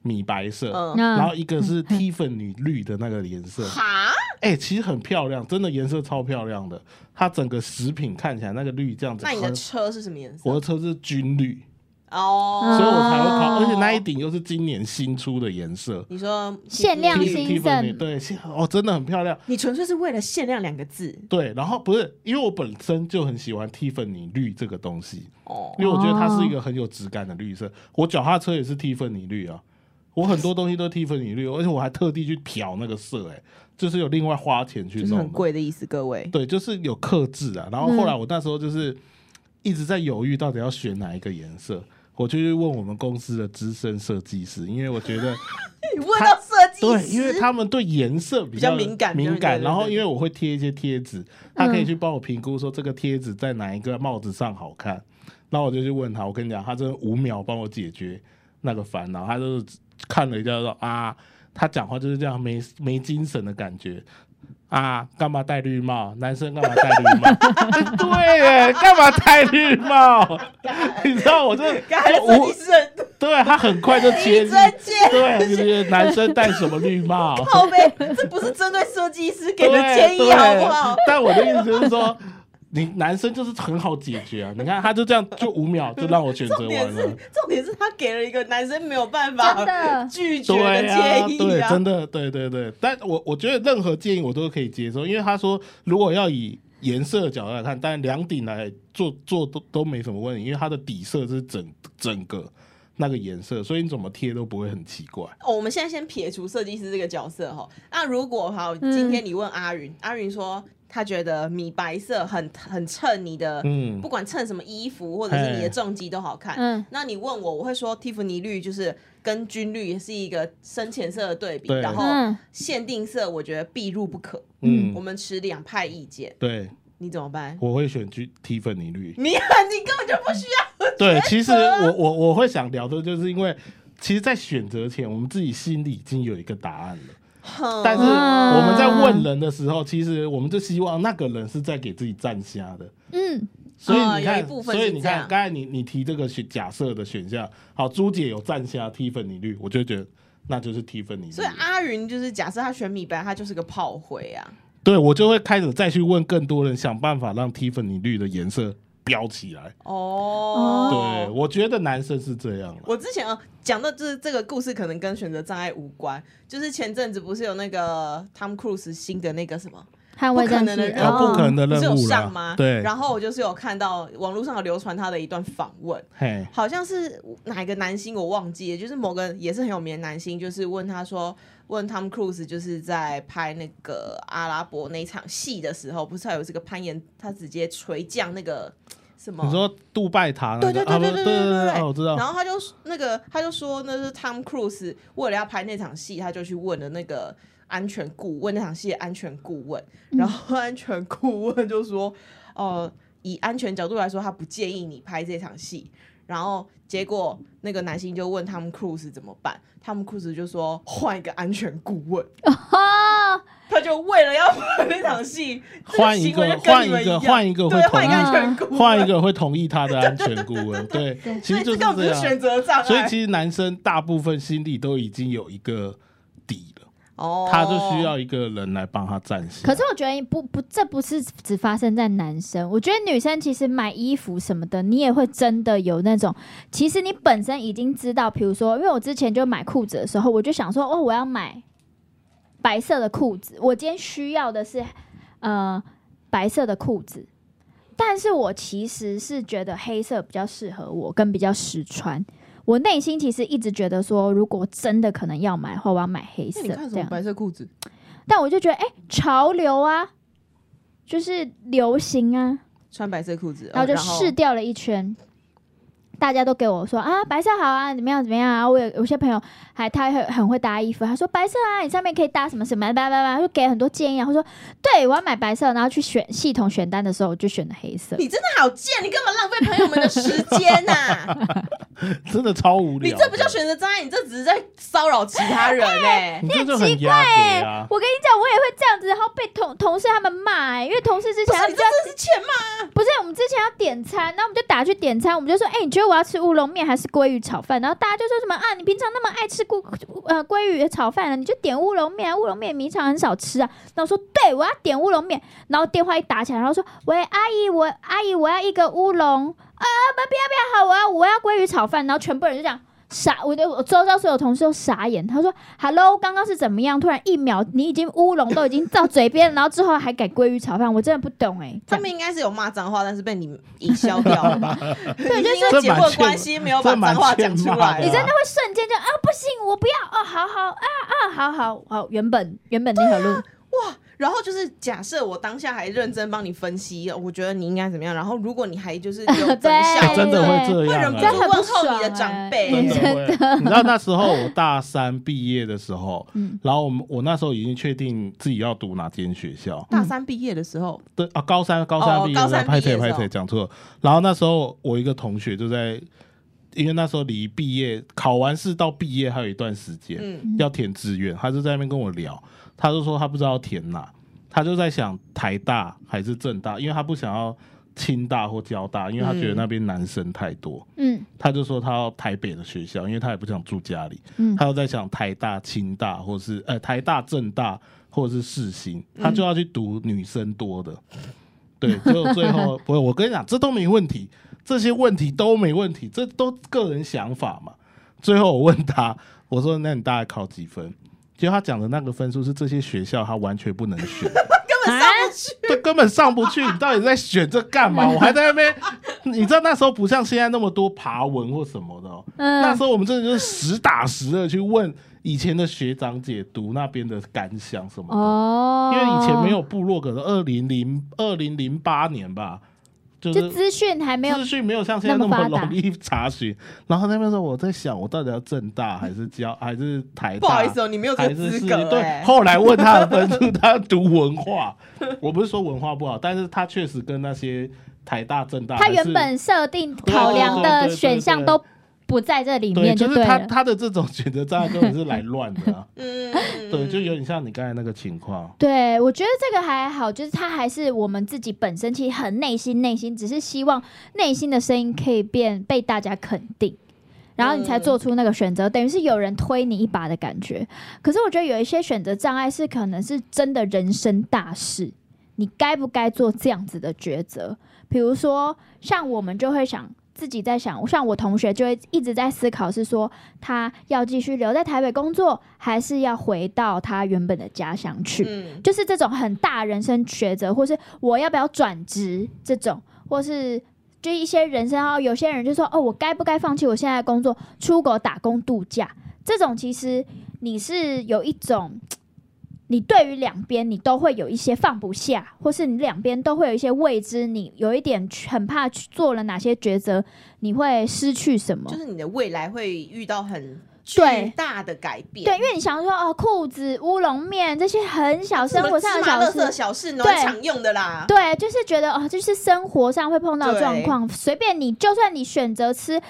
S3: 米白色，
S1: 嗯，
S2: 那
S3: 然后一个是 Tiffany 绿的那个颜色，
S1: 哈，
S3: 哎，其实很漂亮，真的颜色超漂亮的，它整个食品看起来那个绿这样子
S1: 那你的
S3: 很。
S1: 车是什么颜色？
S3: 我的车是军绿，所
S1: 哦，
S3: 以我才会考，
S2: 哦
S3: 而且那一顶又是今年新出的颜色，
S1: 你说
S2: 限量
S1: 你
S2: 新
S3: Tiffany，
S2: 盛
S3: 对， 现哦真的很漂亮。
S1: 你纯粹是为了限量两个字
S3: 对，然后不是因为我本身就很喜欢 Tiffany 绿这个东西，
S1: 哦
S3: 因为我觉得它是一个很有质感的绿色。我脚踏车也是 Tiffany 绿啊，我很多东西都 Tiffany 绿，而且我还特地去漂那个色、欸，就是有另外花钱去
S1: 就是
S3: 弄
S1: 很
S3: 的。
S1: 贵嗯的意思，各位。
S3: 对，就是有克制啊。然后后来我那时候就是一直在犹豫到底要选哪一个颜色。我就去问我们公司的资深设计师，因为我觉得
S1: 你问到设计
S3: 对，
S1: 师，
S3: 因为他们对颜色比
S1: 比较敏感
S3: 敏
S1: 对对嗯
S3: 感。
S1: 对
S3: 然后因为我会贴一些贴纸，他可以去帮我评估说这个贴纸在哪一个帽子上好看。然后我就去问他，我跟你讲，他真的五秒帮我解决那个烦恼。他就是看了一下说啊，他讲话就是这样没没精神的感觉。啊，干嘛戴绿帽？男生干嘛戴绿帽？ 对耶，干嘛戴绿帽？ 你知道我就
S1: 刚才
S3: 就
S1: 设
S3: 无
S1: 计师很
S3: 对他很快就 接
S1: 你真贱
S3: 对，你觉得男生戴什么绿帽？
S1: 靠背，这不是针对设计师 给
S3: 对
S1: 的建议，好不好
S3: 对？但我的意思就是说，你男生就是很好解决啊。你看，他就这样，就五秒就让我选择
S1: 重点
S3: 完
S1: 是
S3: 了。，
S1: 重点是他给了一个男生没有办
S2: 真
S1: 法
S3: 哦
S2: 的
S1: 拒绝的
S3: 对啊，
S1: 建
S3: 对
S1: 议，
S3: 真的，对对对。但我我觉得任何建议我都可以接受，因为他说如果要以颜色的角度来看，当然两顶来做做都都没什么问题，因为它的底色是整整个那个颜色，所以你怎么贴都不会很奇怪。
S1: 哦我们现在先撇除设计师这个角色哈。那如果哈，
S2: 嗯
S1: 今天你问阿云，阿云说他觉得米白色很很衬你的，
S3: 嗯
S1: 不管衬什么衣服或者是你的
S3: 嘿
S1: 重击都好看。
S2: 嗯
S1: 那你问我，我会说蒂芙尼绿就是跟军绿是一个深浅色的对比，
S3: 对
S1: 然后
S2: 嗯，
S1: 限定色我觉得必入不可。我
S3: 嗯，
S1: 们持两派意见，
S3: 对，
S1: 你怎么办？
S3: 我会选去 Tiffany 绿。
S1: 你啊你根本就不需要。
S3: 对，其实我我我会想聊的，就是因为其实，在选择前，我们自己心里已经有一个答案了。但是
S2: 啊
S3: 我们在问人的时候，其实我们就希望那个人是在给自己站瞎的。
S2: 嗯，
S3: 所以
S1: 哦
S3: 你
S1: 有一
S3: 看，
S1: 部分
S3: 所以
S1: 是
S3: 你
S1: 这
S3: 看，
S1: 样
S3: 刚才你你提这个选假设的选项，好，朱姐有站瞎 Tiffany 绿，我就觉得那就是 Tiffany 绿。
S1: 所以阿云就是假设他选米白，他就是个炮灰啊。
S3: 对我就会开始再去问更多人，想办法让 Tiffany 绿的颜色标起来。
S1: 哦，
S3: 对，我觉得男生是这样啦
S1: 我之前呃讲到就是这个故事可能跟选择障碍无关，就是前阵子不是有那个 Tom Cruise 新的那个什么，
S2: 捍卫战
S1: 不可能的
S2: 士，
S1: 人
S3: 哦，不可能的
S1: 不是有
S3: 任务
S1: 上
S3: 啦
S1: 吗？。
S3: 对，
S1: 然后我就是有看到网络上有流传他的一段访问，
S3: 嘿，
S1: 好像是哪个男星我忘记了，就是某个也是很有名的男星，就是问他说，问 Tom Cruise 就是在拍那个阿拉伯那一场戏的时候，不是还有这个攀岩，他直接垂降那个什么
S3: 你？说杜拜塔那
S1: 对
S3: 个？
S1: 对
S3: 啊
S1: 对
S3: 不
S1: 对
S3: 是
S1: 对
S3: 对
S1: 对
S3: 对，我知
S1: 然
S3: 道。
S1: 后他就那个，他就说那是 Tom Cruise 为了要拍那场戏，他就去问了那个安全顾问，那场戏的安全顾问。
S3: 嗯
S1: 然后安全顾问就说，呃，以安全角度来说，他不建议你拍这场戏。然后结果那个男星就问 Tom Cruise 怎么办，Tom Cruise 就说换一个安全顾问。
S2: 哦，
S1: 他就为了要拍那场戏，这
S3: 换一
S1: 行为
S3: 个
S1: 就，跟
S3: 换
S1: 你
S3: 一
S1: 们
S3: 个，
S1: 样
S3: 换一个会
S1: 对，换一个
S3: 同
S1: 安全顾
S3: 意，
S1: 问，
S3: 换一，个会同意他的安全 顾问。对，其
S1: 所
S3: 实
S1: 以
S3: 就
S1: 这根本不
S3: 这
S1: 是
S3: 样
S1: 选。择障碍。
S3: 所以其实男生大部分心里都已经有一个底了，
S1: 哦，
S3: 他就需要一个人来帮他站
S1: 啊
S3: 起来。
S2: 可是我觉得不不，这不是只发生在男生。我觉得女生其实买衣服什么的，你也会真的有那种，其实你本身已经知道，比如说，因为我之前就买裤子的时候，我就想说，哦，我要买白色的裤子，我今天需要的是呃白色的裤子，但是我其实是觉得黑色比较适合我，跟比较实穿。我内心其实一直觉得说，如果真的可能要买的话，我要买黑色
S1: 那你看什
S2: 啊这
S1: 么
S2: 样。
S1: 白色裤子？
S2: 但我就觉得，哎、潮流啊，就是流行啊，
S1: 穿白色裤子，哦
S2: 然后就试掉了一圈，大家都给我说啊，白色好啊，怎么样怎么样啊？我有有些朋友还他很很会搭衣服，他说白色啊，你上面可以搭什么什么，叭叭叭，就给很多建议啊。我说对，我要买白色，然后去选系统选单的时候，我就选了黑色。
S1: 你真的好贱，你干嘛浪费朋友们的时间呐、
S3: 真的超无
S1: 你
S3: 聊的，
S1: 这不叫选择障碍，你这只是在骚扰其他人哎、
S3: 你这就很压
S2: 哎、
S3: 力啊！
S2: 我跟你讲，我也会这样子，然后被同同事他们骂、哎因为同事之
S1: 不
S2: 前他
S1: 是，
S2: 们
S1: 你
S2: 就
S1: 这
S2: 要
S1: 真的是欠骂。
S2: 不是，我们之前要点餐，那我们就打去点餐，我们就说，哎、你觉得我要吃乌龙面还是鲑鱼炒饭？然后大家就说什么啊，你平常那么爱吃咕呃鲑鱼炒饭了，你就点乌龙面啊，乌龙面平常很少吃啊。那我说，对，我要点乌龙面。然后电话一打起来，然后说，喂，阿姨，我阿姨，我要一个乌龙啊，不不要不要，好，我要我要鲑鱼炒饭。然后全部人就这样。傻，我的我周遭所有同事都傻眼。他说：“Hello，刚刚是怎么样？突然一秒，你已经乌龙都已经到嘴边了，然后之后还改鲑鱼炒饭，我真的不懂哎、这
S1: 他
S2: 样
S1: 们应该是有骂脏话，但是被你营销掉了吧？对，就是因为
S3: 这
S1: 结
S3: 蛮
S1: 婚
S3: 欠
S1: 关系没有把
S3: 这蛮
S1: 脏话讲出
S3: 欠
S1: 来。
S3: 骂的啊
S2: 你
S1: 你
S2: 真的会瞬间就啊不行，我不要哦，好好啊啊，好好好，原本原本那条路，
S1: 然后就是假设我当下还认真帮你分析，哦我觉得你应该怎么样。然后如果你还就是有
S2: 对
S1: 真笑，
S3: 哎真的会这
S1: 会
S3: 样、
S1: 忍
S3: 啊，
S1: 不
S2: 这样
S1: 住
S2: 很不
S1: 问候
S2: 爽
S1: 你的长
S2: 哎
S1: 辈、
S3: 真的
S2: 嗯
S3: 会。啊你知道那时候我大三毕业的时候，
S2: 嗯
S3: 然后我们我那时候已经确定自己要读哪间学校，
S1: 大三毕业的时候，
S3: 对啊，高三高三
S1: 哦
S3: 毕业的时候，
S1: 高三
S3: 拍
S1: 毕业
S3: 腿
S1: 的时
S3: 拍
S1: 候
S3: 腿讲错了。然后那时候我一个同学就在，因为那时候离毕业考完试到毕业还有一段时间，
S1: 嗯，
S3: 要填志愿，他就在那边跟我聊，他就说他不知道填哪，他就在想台大还是政大，因为他不想要清大或交大，因为他觉
S1: 嗯
S3: 得那边男生太多。
S2: 嗯
S3: 他就说他要台北的学校，因为他也不想住家里，
S2: 嗯
S3: 他又在想台大、清大，或是呃台大、政大，或者是世新，他就要去读女生多的。对，结果最后不，我跟你讲，这都没问题，这些问题都没问题，这都个人想法嘛。最后我问他，我说：“那你大概考几分？”结果他讲的那个分数是这些学校他完全不能选，
S2: 啊，
S3: 这根本上不去，你到底在选这干嘛？我还在那边，你知道那时候不像现在那么多爬文或什么的、哦，那
S2: 嗯
S3: 时候我们真的就是实打实的去问以前的学长姐读那边的感想什么的，
S2: 哦，
S3: 因为以前没有部落格的，二零零二零零八年吧，就。
S2: 就是资讯还没有
S3: 资讯没有像现在
S2: 那
S3: 那
S2: 么
S3: 么
S2: 发达
S3: 容易查询，然后那边说我在想，我到底要正大还是交 还是台大？
S1: 不好意思哦，你没有这
S3: 还
S1: 个
S3: 是
S1: 资
S3: 是
S1: 格
S3: 对。
S1: 哎。
S3: 后来问他的分数，他读文化， 我不是说文化不好，但是他确实跟那些台大、政大
S2: 他
S3: 还是，
S2: 原本设定考量的选项都不在这里
S3: 对，
S2: 面，
S3: 就是
S2: 对
S3: 他
S2: 了。
S3: 他的这种选择障碍根本是来乱的、啊，
S1: 嗯，
S3: 对，就有点像你刚才那个情况。
S2: 对，我觉得这个还好，就是他还是我们自己本身其实很内心，内心只是希望内心的声音可以变被大家肯定，然后你才做出那个选择，等于是有人推你一把的感觉。可是我觉得有一些选择障碍是可能是真的人生大事，你该不该做这样子的抉择？比如说，像我们就会想。自己在想，像我同学就会一直在思考，是说他要继续留在台北工作，还是要回到他原本的家乡去？
S1: 嗯，
S2: 就是这种很大人生抉择，或是我要不要转职这种，或是就一些人生，然后有些人就说哦，我该不该放弃我现在的工作，出国打工度假？这种其实你是有一种你对于两边你都会有一些放不下，或是你两边都会有一些未知，你有一点去很怕去做了哪些抉择，你会失去什么？
S1: 就是你的未来会遇到很巨
S2: 对
S1: 大的改变。
S2: 对，因为你想说哦，裤子、乌龙面这些很小生活上的小
S1: 乐
S2: 事
S1: 色，小事
S2: 对
S1: 暖场用的啦。
S2: 对，就是觉得哦，就是生活上会碰到的状
S1: 对
S2: 况，随便你，就算你选择吃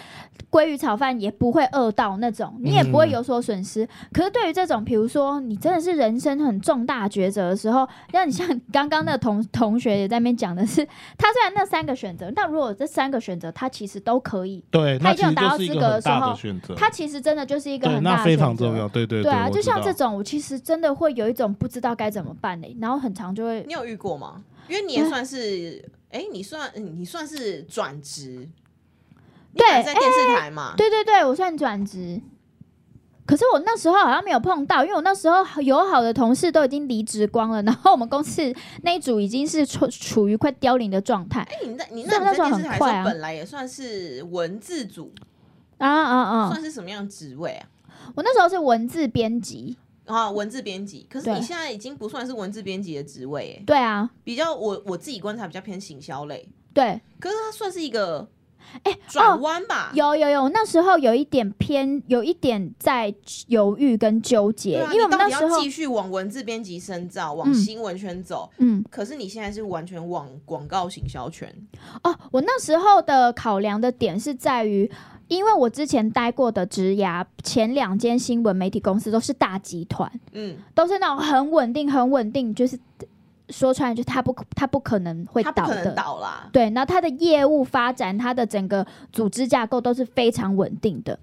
S2: 鲑鱼炒饭，也不会饿到那种，你也不会
S3: 嗯
S2: 有所损失。可是对于这种，比如说你真的是人生很重大抉择的时候，让你像刚刚那个同同学也在那边讲的是，他虽然那三个选择，但如果这三个选择他其实都可以，
S3: 对，
S2: 他
S3: 那
S2: 已
S3: 其
S2: 经有
S3: 实
S2: 达
S3: 就
S2: 到
S3: 是一
S2: 资
S3: 个
S2: 格的
S3: 很
S2: 时
S3: 大
S2: 候
S3: 的选择，
S2: 他其实真的就是一个
S3: 对，
S2: 很大
S3: 那
S2: 的
S3: 非
S2: 选
S3: 常
S2: 择
S3: 重要，对对
S2: 对啊，
S3: 我
S2: 就
S3: 知
S2: 像
S3: 道
S2: 这种，我其实真的会有一种不知道该怎么办嘞、然后很长就会
S1: 你有遇过吗？因为你也算是，哎，你算你算是转职，你
S2: 对
S1: 本来在电视台嘛，
S2: 对对对，我算转职。可是我那时候好像没有碰到，因为我那时候友好的同事都已经离职光了，然后我们公司那一组已经是处处于快凋零的状态
S1: 哎，你在你
S2: 所
S1: 那
S2: 以
S1: 你
S2: 那
S1: 在
S2: 时候
S1: 电视台
S2: 很
S1: 的
S2: 快
S1: 时
S2: 啊
S1: 候本来也算是文字组，
S2: 啊啊啊！
S1: 算是什么样的职位啊？
S2: 我那时候是文字编辑，
S1: 啊，文字编辑。可是
S2: 对
S1: 你现在已经不算是文字编辑的职位，哎，
S2: 对啊，
S1: 比较我我自己观察比较偏行销类，
S2: 对，
S1: 可是它算是一个
S2: 哎
S1: 转弯吧？
S2: 有有有，那时候有一点偏，有一点在犹豫跟纠结，
S1: 对啊，
S2: 因为我
S1: 你
S2: 们
S1: 到
S2: 那
S1: 底
S2: 时
S1: 要
S2: 候
S1: 继续往文字编辑深造，往
S2: 嗯
S1: 新闻圈走。
S2: 嗯，
S1: 可是你现在是完全往广告行销圈，
S2: 哦，我那时候的考量的点是在于，因为我之前待过的职涯前两间新闻媒体公司都是大集团，
S1: 嗯，
S2: 都是那种很稳定、很稳定，就是说穿了就是它不它不可能会
S1: 它不
S2: 倒
S1: 可能
S2: 的。
S1: 倒啦。
S2: 对，那它的业务发展，它的整个组织架构都是非常稳定的。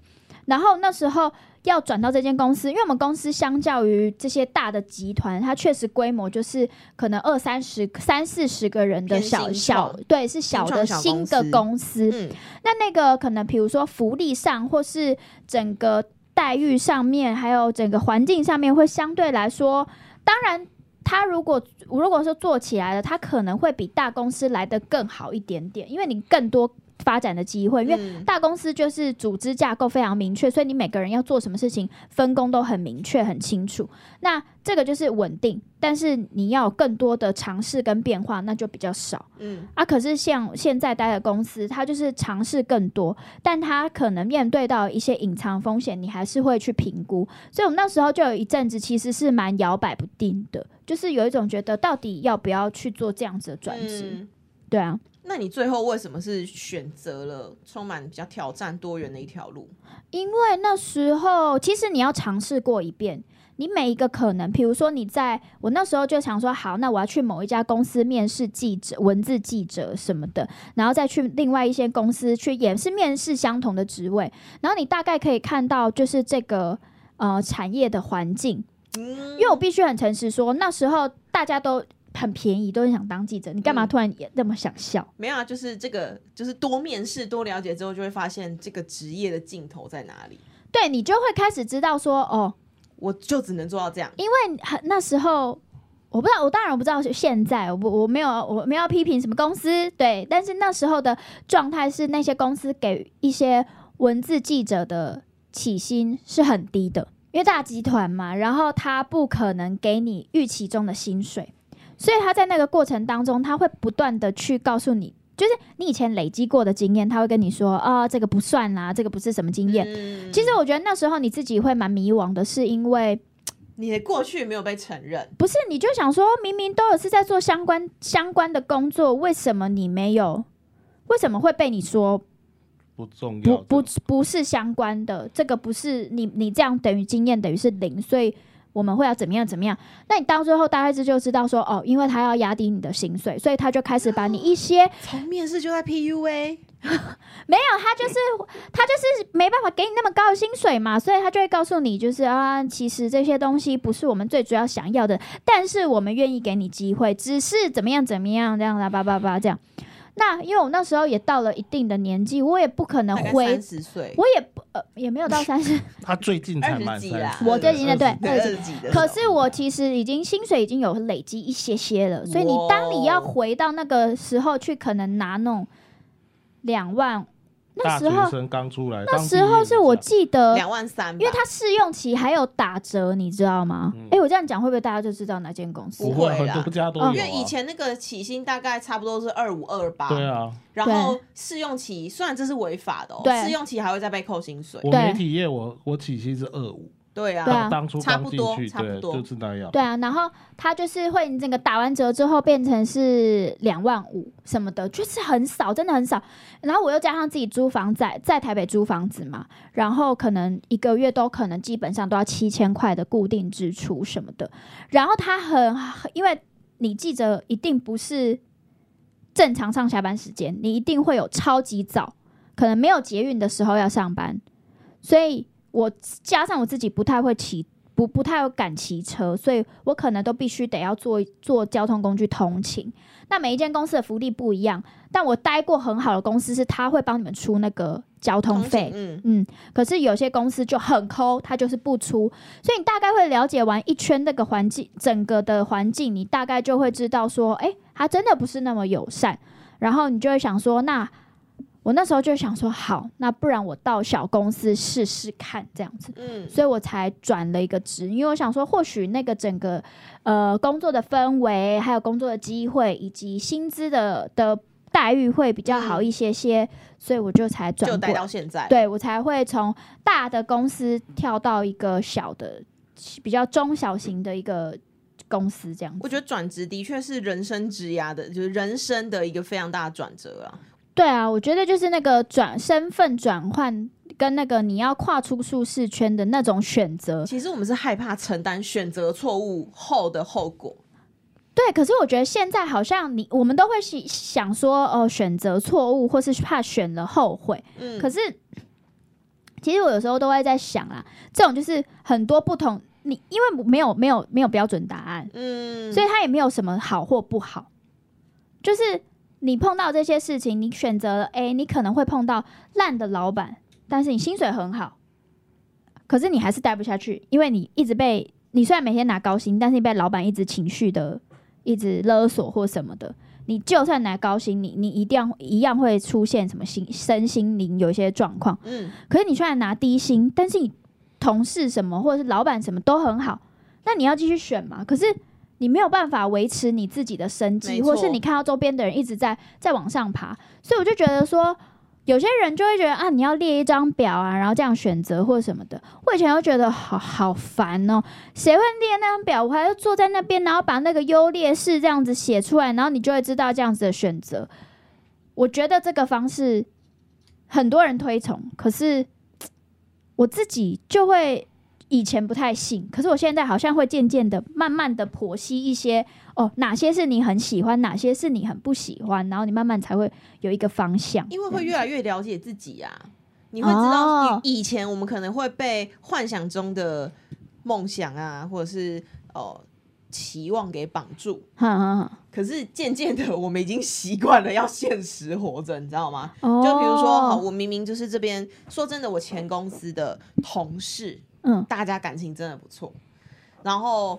S2: 然后那时候要转到这间公司，因为我们公司相较于这些大的集团，它确实规模就是可能二三十、三四十个人的
S1: 偏
S2: 小
S1: 新
S2: 小，
S1: 创
S2: 对，是小
S1: 新创
S2: 的
S1: 小
S2: 新
S1: 公
S2: 的
S1: 司
S2: 公司。
S1: 嗯，
S2: 那那个可能，比如说福利上，或是整个待遇上面，还有整个环境上面，会相对来说，当然，他如果如果说做起来了，他可能会比大公司来的更好一点点，因为你更多发展的机会，因为
S1: 嗯
S2: 大公司就是组织架构非常明确，所以你每个人要做什么事情，分工都很明确、很清楚。那这个就是稳定，但是你要有更多的尝试跟变化，那就比较少。
S1: 嗯，
S2: 啊，可是像现在待的公司，它就是尝试更多，但它可能面对到一些隐藏风险，你还是会去评估。所以我们那时候就有一阵子其实是蛮摇摆不定的，就是有一种觉得到底要不要去做这样子的转职。
S1: 嗯
S2: 对啊，
S1: 那你最后为什么是选择了充满比较挑战多元的一条路？
S2: 因为那时候其实你要尝试过一遍。你每一个可能，比如说你在我那时候就想说，好，那我要去某一家公司面试记者、文字记者什么的，然后再去另外一些公司去也是面试相同的职位，然后你大概可以看到就是这个呃产业的环境，
S1: 嗯
S2: 因为我必须很诚实说，那时候大家都很便宜，都很想当记者，你干嘛
S1: 嗯
S2: 突然也那么想笑？
S1: 没有啊，就是这个，就是多面试、多了解之后，就会发现这个职业的尽头在哪里。
S2: 对你就会开始知道说，哦，
S1: 我就只能做到这样。
S2: 因为很那时候我不知道，我当然我不知道是现在，我不我没有我没有要批评什么公司，对，但是那时候的状态是那些公司给一些文字记者的起薪是很低的，因为大集团嘛，然后他不可能给你预期中的薪水，所以他在那个过程当中，他会不断的去告诉你。就是你以前累积过的经验，他会跟你说啊、这个不算啦，这个不是什么经验。
S1: 嗯
S2: 其实我觉得那时候你自己会蛮迷惘的，是因为
S1: 你的过去没有被承认，
S2: 不是，你就想说，明明都有是在做相关相关的工作，为什么你没有？为什么会被你说
S3: 不重要
S2: 不
S3: 的，
S2: 不不是相关的？这个不是你你这样等于经验等于是零，所以我们会要怎么样怎么样？那你到最后大概知就知道说，哦，因为他要压低你的薪水，所以他就开始把你一些
S1: 从面试就在 PUA。
S2: 他就是他就是没办法给你那么高的薪水嘛，所以他就会告诉你，就是啊，其实这些东西不是我们最主要想要的，但是我们愿意给你机会，只是怎么样怎么样这样啦，叭叭叭这样。那因为我那时候也到了一定的年纪，我也不可能
S1: 大概
S2: 回
S1: 三，十岁，
S2: 我也不呃也没有到三 十，
S3: 他最近才
S1: 二
S3: 满
S1: 十
S3: 三
S1: 几啦
S3: 十，
S2: 我最近的对
S1: 对二十几的时候
S2: 可是我其实已经薪水已经有累积一些些了，所以你当你要
S1: 哇哦
S2: 回到那个时候去，可能拿那种两万那
S3: 大
S2: 时
S3: 学
S2: 候
S3: 生刚出来，
S2: 那
S3: 刚
S2: 时
S3: 毕业
S2: 候
S3: 的
S2: 是我
S3: 价
S2: 记得，
S1: 两万三吧，
S2: 因为它试用期还有打折，你知道吗？哎、我这样讲会不会大家就知道哪间公司？
S3: 嗯不
S1: 不
S3: 会
S1: 会啦
S3: 很多家都有、啊
S2: 嗯
S1: 因为以前那个起薪大概差不多是二五二八，
S3: 对啊，
S1: 然后试用期虽然这是违法的哦，
S2: 对
S1: 试用期还会再被扣薪水，
S3: 我
S2: 对
S3: 媒体业我我起薪是二五、
S1: 对啊，
S2: 对啊
S3: 当当初
S1: 差
S3: 刚
S1: 不
S3: 进
S1: 多
S3: 去，
S1: 差不
S3: 对，
S1: 多
S3: 就是那样。
S2: 对啊，然后它就是会那个打完折之后变成是两万五什么的，就是很少，真的很少。然后我又加上自己租房在在台北租房子嘛，然后可能一个月都可能基本上都要七千块的固定支出什么的。然后它很，因为你记者一定不是正常上下班时间，你一定会有超级早，可能没有捷运的时候要上班，所以我加上我自己不太会骑，不不太敢骑车，所以我可能都必须得要坐坐交通工具通勤。那每一间公司的福利不一样，但我待过很好的公司是他会帮你们出那个交通
S1: 同
S2: 费
S1: 情，嗯，
S2: 嗯，可是有些公司就很抠，它就是不出，所以你大概会了解完一圈那个环境，整个的环境，你大概就会知道说，哎、它真的不是那么友善，然后你就会想说，那我那时候就想说，好，那不然我到小公司试试看，这样子。
S1: 嗯，
S2: 所以我才转了一个职，因为我想说，或许那个整个呃工作的氛围，还有工作的机会，以及薪资的的待遇会比较好一些些，所以我就才转
S1: 就
S2: 过
S1: 待到现在，
S2: 对我才会从大的公司跳到一个小的、比较中小型的一个公司这样子。
S1: 我觉得转职的确是人生职涯的，就是人生的一个非常大的转折啊。
S2: 对啊，我觉得就是那个转身份转换跟那个你要跨出舒适圈的那种选择。
S1: 其实我们是害怕承担选择错误后的后果，
S2: 对，可是我觉得现在好像你我们都会是想说，哦、选择错误，或是怕选了后悔。
S1: 嗯，
S2: 可是，其实我有时候都会在想啊，这种就是很多不同，你因为没有没有没有标准答案，
S1: 嗯，
S2: 所以它也没有什么好或不好，就是你碰到这些事情，你选择了 A，你可能会碰到烂的老板，但是你薪水很好，可是你还是待不下去，因为你一直被你虽然每天拿高薪，但是你被老板一直情绪的一直勒索或什么的。你就算拿高薪，你你一定要一样会出现什么心身心灵有一些状况。
S1: 嗯，
S2: 可是你虽然拿低薪，但是你同事什么或者是老板什么都很好，那你要继续选嘛？可是你没有办法维持你自己的生
S1: 没
S2: 计，
S1: 错
S2: 或是你看到周边的人一直在在往上爬，所以我就觉得说，有些人就会觉得啊，你要列一张表啊，然后这样选择或什么的。我以前就觉得好好烦哦，谁会列那张表？我还要坐在那边，然后把那个优劣势这样子写出来，然后你就会知道这样子的选择。我觉得这个方式很多人推崇，可是我自己就会以前不太信，可是我现在好像会渐渐的、慢慢的剖析一些哦，哪些是你很喜欢，哪些是你很不喜欢，然后你慢慢才会有一个方向。嗯
S1: 因为会越来越了解自己啊，你会知道
S2: 哦
S1: 以以前我们可能会被幻想中的梦想啊，或者是哦、期望给绑住。
S2: 哈哈哈
S1: 可是渐渐的，我们已经习惯了要现实活着，你知道吗？
S2: 哦，
S1: 就比如说，好，我明明就是这边，说真的，我前公司的同事，
S2: 嗯
S1: 大家感情真的不错，然后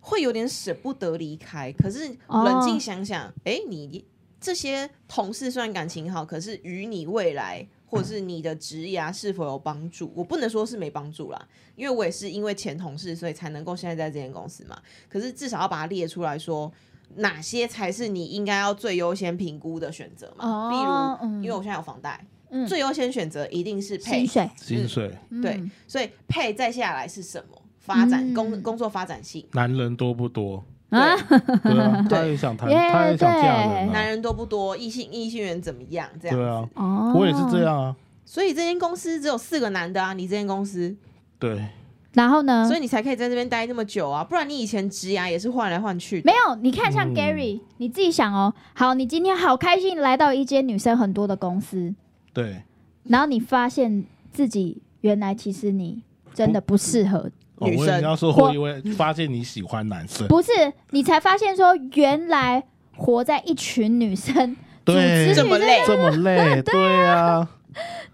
S1: 会有点舍不得离开。可是
S2: 哦
S1: 冷静想想，哎、你这些同事虽然感情好，可是与你未来或者是你的职涯是否有帮助？我不能说是没帮助啦，因为我也是因为前同事，所以才能够现在在这间公司嘛。可是至少要把它列出来说。哪些才是你应该要最优先评估的选择嘛？例
S2: 哦
S1: 如，
S2: 嗯
S1: 因为我现在有房贷，
S2: 嗯
S1: 最优先选择一定是配
S2: 薪水，
S3: 薪水、
S1: 对
S2: 嗯，
S1: 所以配再下来是什么？发展工
S2: 嗯
S1: 工作发展性，
S3: 男人多 不多？
S1: 对，
S3: 对啊，
S1: 对
S3: 他也想谈，
S2: 耶
S3: 他也想嫁人、
S2: 对
S1: 男
S3: 啊。
S1: 人多不多，异性异性缘怎么样？这样
S3: 对
S1: 子，
S3: 啊，
S2: 哦，
S3: 我也是这。样啊。
S1: 所以这间公司只有四个男的啊，你这间公司，
S3: 对，
S2: 然后呢？
S1: 所以你才可以在这边待那么久啊，不然你以前职涯也是换来换去的。
S2: 没有，你看
S3: 嗯
S2: 像 Gary，、你自己想哦。好，你今天好开心来到一间女生很多的公司，
S3: 对，
S2: 然后你发现自己原来其实你真的不适合，
S3: 哦、
S1: 女
S3: 我
S1: 生
S3: 也要说，
S2: 或
S3: 我以为发现你喜欢男生，
S2: 不是你才发现说原来活在一群女生，
S3: 对，
S1: 这么累，
S3: 这么 累，对啊，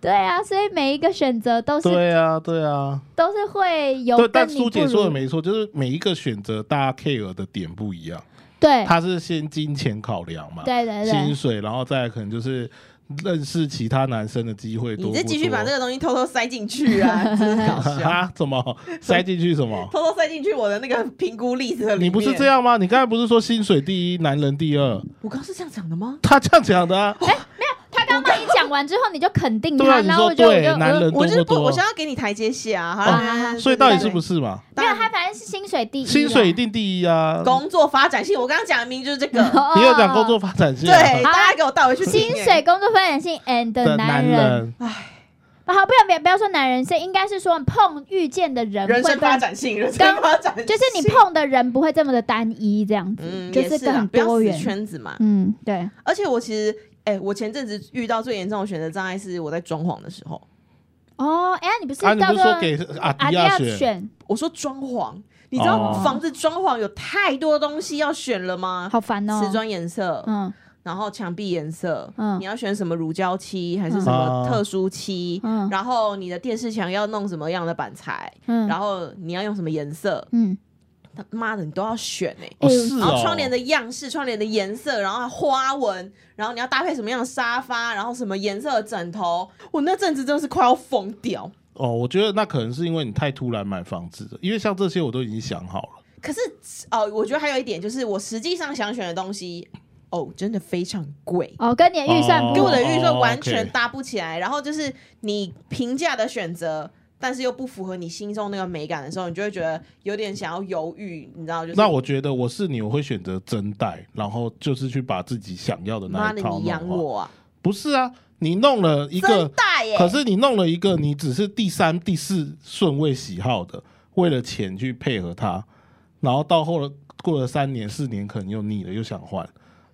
S2: 对啊，所以每一个选择都是
S3: 对啊，对啊，
S2: 都是会有
S3: 对。
S2: 跟
S3: 但
S2: 你
S3: 苏
S2: 不
S3: 姐说的
S2: 如，
S3: 没错，就是每一个选择大家 care 的点不一样。
S2: 对
S3: 它是先金钱考量嘛，
S2: 对对
S3: 薪
S2: 对，
S3: 水，然后再来可能就是认识其他男生的机会多
S1: 你
S3: 不多。
S1: 再继续把这个东西偷偷塞进去啊，真的搞 笑，
S3: 啊？怎么塞进去 什么？
S1: 偷偷塞进去我的那个评估 list 里面。
S3: 你不是这？样吗？你刚才不是说薪水第一，男人第二？
S1: 我刚是这样讲的吗？
S3: 他这样讲 的、啊，
S2: 他刚刚你讲完之后，你就肯定
S3: 对啊，
S2: 他，
S3: 你
S2: 然后
S3: 说
S2: 我就我
S3: 对
S2: 就，
S3: 男
S2: 呃
S3: 人
S1: 我
S3: 多
S1: 就是
S3: 不
S1: 不，
S3: 多
S1: 我？想要给你台阶下啊。好
S3: 哦
S1: 啦，
S3: 所以到底是不
S1: 是？
S3: 是嘛？
S2: 没
S1: 当
S2: 有，
S1: 然
S2: 他反正是薪水第一啊，
S3: 薪水一定第一啊！
S1: 工作发展性，我刚刚讲的明明就是这 个。
S2: 哦，
S3: 你有讲工作发展性、
S1: 对，
S3: 啊，
S1: 大家给我带 回去听
S2: 薪水、工作发展性 and
S3: 的
S2: 男人，
S3: 人，
S2: 啊好，不要不要不要说男人，是应该是说碰遇见的人
S1: 人
S2: 会
S1: 生
S2: 呃不
S1: 发
S2: 会，
S1: 展性，人
S2: 刚
S1: 生发展性，
S2: 就是你碰的人不会这么的单一这样子，
S1: 嗯，
S2: 就
S1: 也是
S2: 个
S1: 啊
S2: 很
S1: 不要
S2: 多
S1: 死啊
S2: 元。
S1: 圈子嘛。
S2: 嗯，对，
S1: 而且我其实，哎、我前阵子遇到最严重的选择障碍是我在装潢的时候，
S2: 哦，哎，你不是
S3: 啊，你
S2: 到
S3: 不是
S2: 时候
S3: 说给阿
S2: 啊，
S3: 迪
S2: 你
S3: 亚
S2: 要
S3: 选？
S2: 选，
S1: 我说装潢，你知道
S3: 哦
S1: 房子装潢有太多东西要选了吗？
S2: 好烦哦。
S1: 瓷砖颜色，
S2: 嗯
S1: 然后墙壁颜色，
S2: 嗯
S1: 你要选什么乳胶漆还是
S2: 嗯
S1: 什么特殊漆？
S2: 嗯
S1: 然后你的电视墙要弄什么样的板材？
S2: 嗯，
S1: 然
S2: 后
S1: 后你要用什么颜色？
S2: 嗯，
S1: 他妈的，你都要选哎、
S3: 哦，
S2: 哎
S3: 是
S1: 然
S3: 哦，
S1: 后窗帘的样式、窗帘的颜色，然后花纹，然后你要搭配什么样的沙发，然后什么颜色的枕头。我那阵子真的是快要疯掉。
S3: 哦，我觉得那可能是因为你太突然买房子了，因为像这些我都已经想好了。
S1: 可是哦，我觉得还有一点就是，我实际上想选的东西，哦，真的非常贵。
S2: 哦，跟你的预算
S3: 哦
S2: 不
S1: 跟我的预算
S3: 哦
S1: 完
S3: OK
S1: 全搭不起来。然后就是你平价的选择，但是又不符合你心中那个美感的时候，你就会觉得有点想要犹豫，你知道？就是
S3: 那我觉得我是你，我会选择真贷，然后就是去把自己想要的那
S1: 妈
S3: 一
S1: 的，
S3: 套
S1: 你养
S3: 弄好。
S1: 我啊！
S3: 不是啊，你弄了一
S1: 真
S3: 个，
S1: 大耶！
S3: 可是你嗯弄了一个，你只是第三、第四顺位喜好的，为了钱去配合它，然后到后了过了三年、四年，可能又腻了，又想换。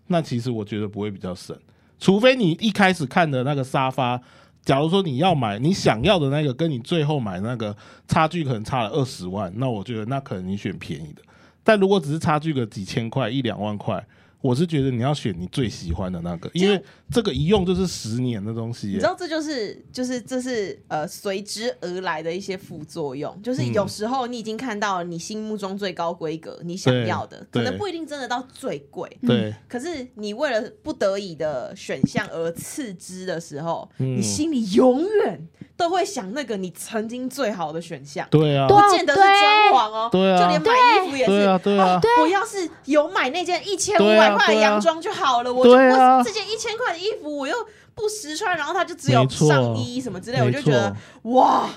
S3: 那其实我觉得不会比较省，除非你一开始看的那个沙发，假如说你要买你想要的那个，跟你最后买那个差距可能差了二十万，那我觉得那可能你选便宜的。但如果只是差距个几千块、一两万块，我是觉得你要选你最喜欢的那个，因为这个一用就是十年的东西耶。
S1: 你知道，这就是就是这是呃随之而来的一些副作用，就是
S3: 嗯
S1: 有时候你已经看到你心目中最高规格，你想
S3: 对
S1: 要的，可
S3: 对
S1: 能不一定真的到最贵，
S3: 对，
S1: 可是你为了不得已的选项而次之的时候，
S3: 嗯
S1: 你心里永远都会想那个你曾经最好的选项，
S3: 对啊，
S2: 对
S1: 不见得是装潢哦，
S3: 对啊
S1: 就连买衣服也
S3: 对
S1: 是。哦
S3: 啊，对啊，
S1: 我要是有买那件一千五
S3: 对
S1: 百
S3: 啊
S1: 块的
S3: 对啊
S1: 洋装就好了，我就
S3: 对啊
S1: 我这件一千块的衣服我又不实穿，然后它就只有
S3: 没错
S1: 上衣什么之类，我
S3: 没
S1: 就觉得
S3: 错，
S1: 哇，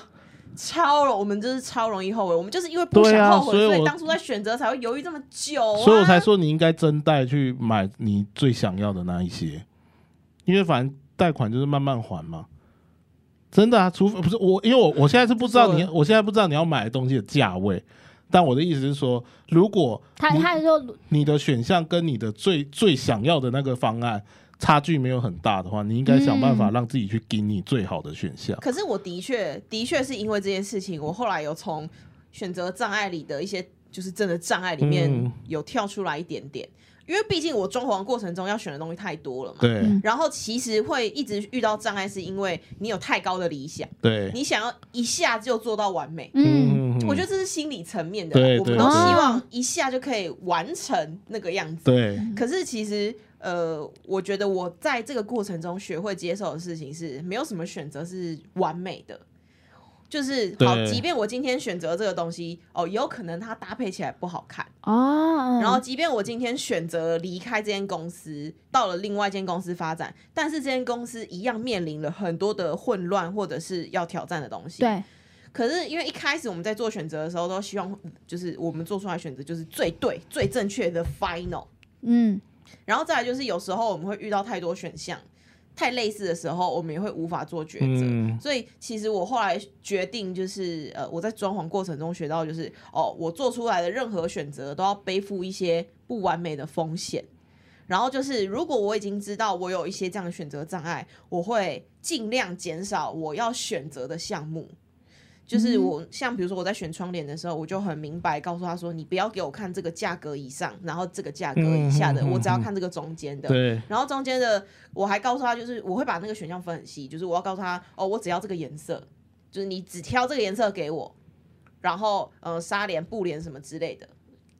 S1: 超容我们就是超容易后悔，我们就是因为不
S3: 对
S1: 想
S3: 啊
S1: 后悔，
S3: 所以
S1: 所以
S3: 我
S1: 当初在选择才会犹豫这么久、啊，
S3: 所以我才说你应该真贷去买你最想要的那一些，因为反正贷款就是慢慢还嘛。真的啊，除非不是我，因为我我现在是不知道你，我现在不知道你要买的东西的价位，但我的意思是说，如果
S2: 他
S3: 你
S2: 他说
S3: 你的选项跟你的最最想要的那个方案差距没有很大的话，你应该想办法
S1: 嗯
S3: 让自己去给你最好的选项。
S1: 可是我的确的确是因为这件事情，我后来有从选择障碍里的一些就是真的障碍里面
S3: 嗯
S1: 有跳出来一点点，因为毕竟我装潢过程中要选的东西太多了嘛。
S3: 对、
S2: 嗯
S1: 然后其实会一直遇到障碍，是因为你有太高的理想，
S3: 对，
S1: 你想要一下就做到完美。
S2: 嗯，
S1: 我觉得
S3: 得
S1: 这是心理层面的啦，
S3: 对
S1: 我们
S3: 对
S1: 都
S2: 对
S1: 希望一下就可以完成那个样子。
S3: 对，
S2: 嗯
S1: 可是其实，呃，我觉得我在这个过程中学会接受的事情是，没有什么选择是完美的。就是好，
S3: 对
S1: 即便我今天选择这个东西，哦，有可能它搭配起来不好看。
S2: 哦，
S1: 然后，即便我今天选择离开这间公司，到了另外一间公司发展，但是这间公司一样面临了很多的混乱或者是要挑战的东西。。
S2: 对，
S1: 可是因为一开始我们在做选择的时候，都希望就是我们做出来的选择就是最对、最正确的 final。
S2: 嗯，
S1: 然后再来就是有时候我们会遇到太多选项，太类似的时候，我们也会无法做抉择。
S3: 嗯，
S1: 所以其实我后来决定，就是呃，我在装潢过程中学到，就是哦，我做出来的任何选择都要背负一些不完美的风险。然后就是，如果我已经知道我有一些这样的选择障碍，我会尽量减少我要选择的项目。就是我、像比如说我在选窗帘的时候，我就很明白告诉他说，你不要给我看这个价格以上，然后这个价格以下的，
S3: 嗯嗯嗯
S1: 我只要
S3: 嗯
S1: 看这个中间的。
S3: 对，
S1: 然后中间的我还告诉他，就是我会把那个选项分很细，就是我要告诉他，哦，我只要这个颜色，就是你只挑这个颜色给我，然后呃，纱帘、布帘什么之类的，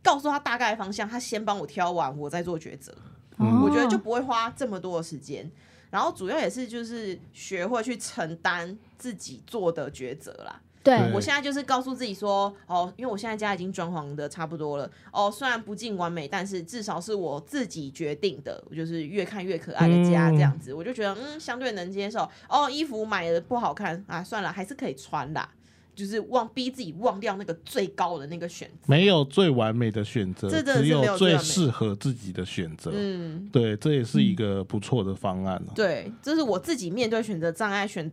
S1: 告诉他大概方向，他先帮我挑完，我再做抉择。
S3: 嗯
S2: 哦
S1: 我觉得就不会花这么多的时间。然后主要也是就是学会去承担自己做的抉择啦。
S2: 对
S1: 我
S3: 嗯
S1: 现在就是告诉自己说，哦，因为我现在家已经装潢的差不多了，哦，虽然不尽完美，但是至少是我自己决定的，我就是越看越可爱的家
S3: 嗯
S1: 这样子，我就觉得嗯，相对能接受。哦，衣服买的不好看啊，算了，还是可以穿啦，就是忘逼自己忘掉那个最高的那个选择。
S3: 没有最完美的选择，
S1: 这真的是
S3: 只
S1: 没有最
S3: 最
S1: 完美
S3: 适合自己的选择。
S1: 嗯，
S3: 对，这也是一个不错的方案啊了、
S1: 对，这是我自己面对选择障碍选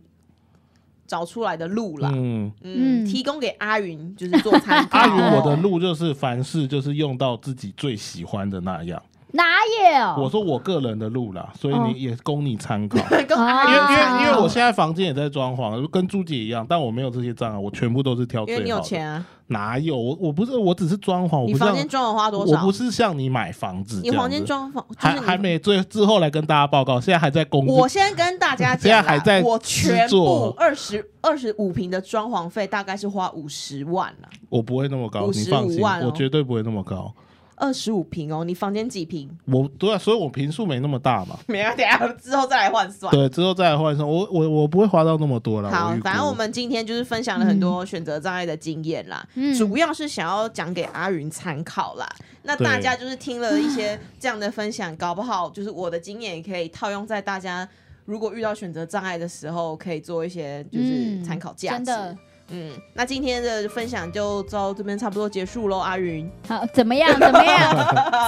S1: 找出来的路啦。
S3: 嗯，
S1: 嗯，
S2: 嗯
S1: 提供给阿云就是做参考。
S3: 阿云，我的路就是凡事就是用到自己最喜欢的那样。
S2: 哪有？
S1: 哦
S3: 我说我个人的路啦，所以
S2: 哦
S3: 你也供你 参考。
S1: 跟阿
S3: 因
S1: 云
S3: 为
S1: 参
S3: 因
S1: 考
S3: 为因为我现在房间也在装潢，跟朱姐一样，但我没有这些障碍，我全部都是挑最
S1: 因
S3: 好
S1: 为
S3: 的。
S1: 你有钱啊，
S3: 哪有？我我不是，我只是装潢，我
S1: 你
S3: 不是
S1: 房
S3: 像
S1: 间装潢花多
S3: 我
S1: 少
S3: 不？是像你买房子这
S1: 你
S3: 样子，
S1: 房间装潢就是
S3: 还
S1: 你
S3: 还。没最之后来跟大家报告，现在还在工作
S1: 我。先跟大家
S3: 现在
S1: 讲啦，
S3: 还在
S1: 我全
S3: 制作
S1: 部二十二十五平的装潢费大概是花五十万了，
S3: 我不会那么高，你
S1: 55
S3: 放心，
S1: 万哦
S3: 我绝对不会那么高。
S1: 二十五平哦，你房间几平？
S3: 我对、啊，所以我平数没那么大嘛。
S1: 没有，啊等一下之后再来换算。
S3: 对，之后再来换算，我我我不会花到那么多了。
S1: 好
S3: 预，估
S1: 反正我们今天就是分享了很多选择障碍的经验啦，
S2: 嗯
S1: 主要是想要讲给阿云参考啦。那
S3: 对
S1: 大家就是听了一些这样的分享，搞不好就是我的经验也可以套用在大家如果遇到选择障碍的时候，可以做一些就是
S2: 嗯
S1: 参考价
S2: 真
S1: 值。
S2: 的
S1: 嗯，那今天的分享就到这边差不多结束喽，阿云。
S2: 好，怎么样？怎么 样？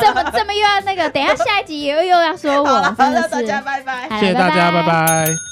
S2: 这么这么又要那个？等一下下一集又又要说
S1: 好
S2: 哦我
S1: 了，，
S2: 真的
S1: 大
S2: 是
S1: 家拜拜。
S2: 好
S3: 谢谢大家，
S2: 拜
S3: 拜拜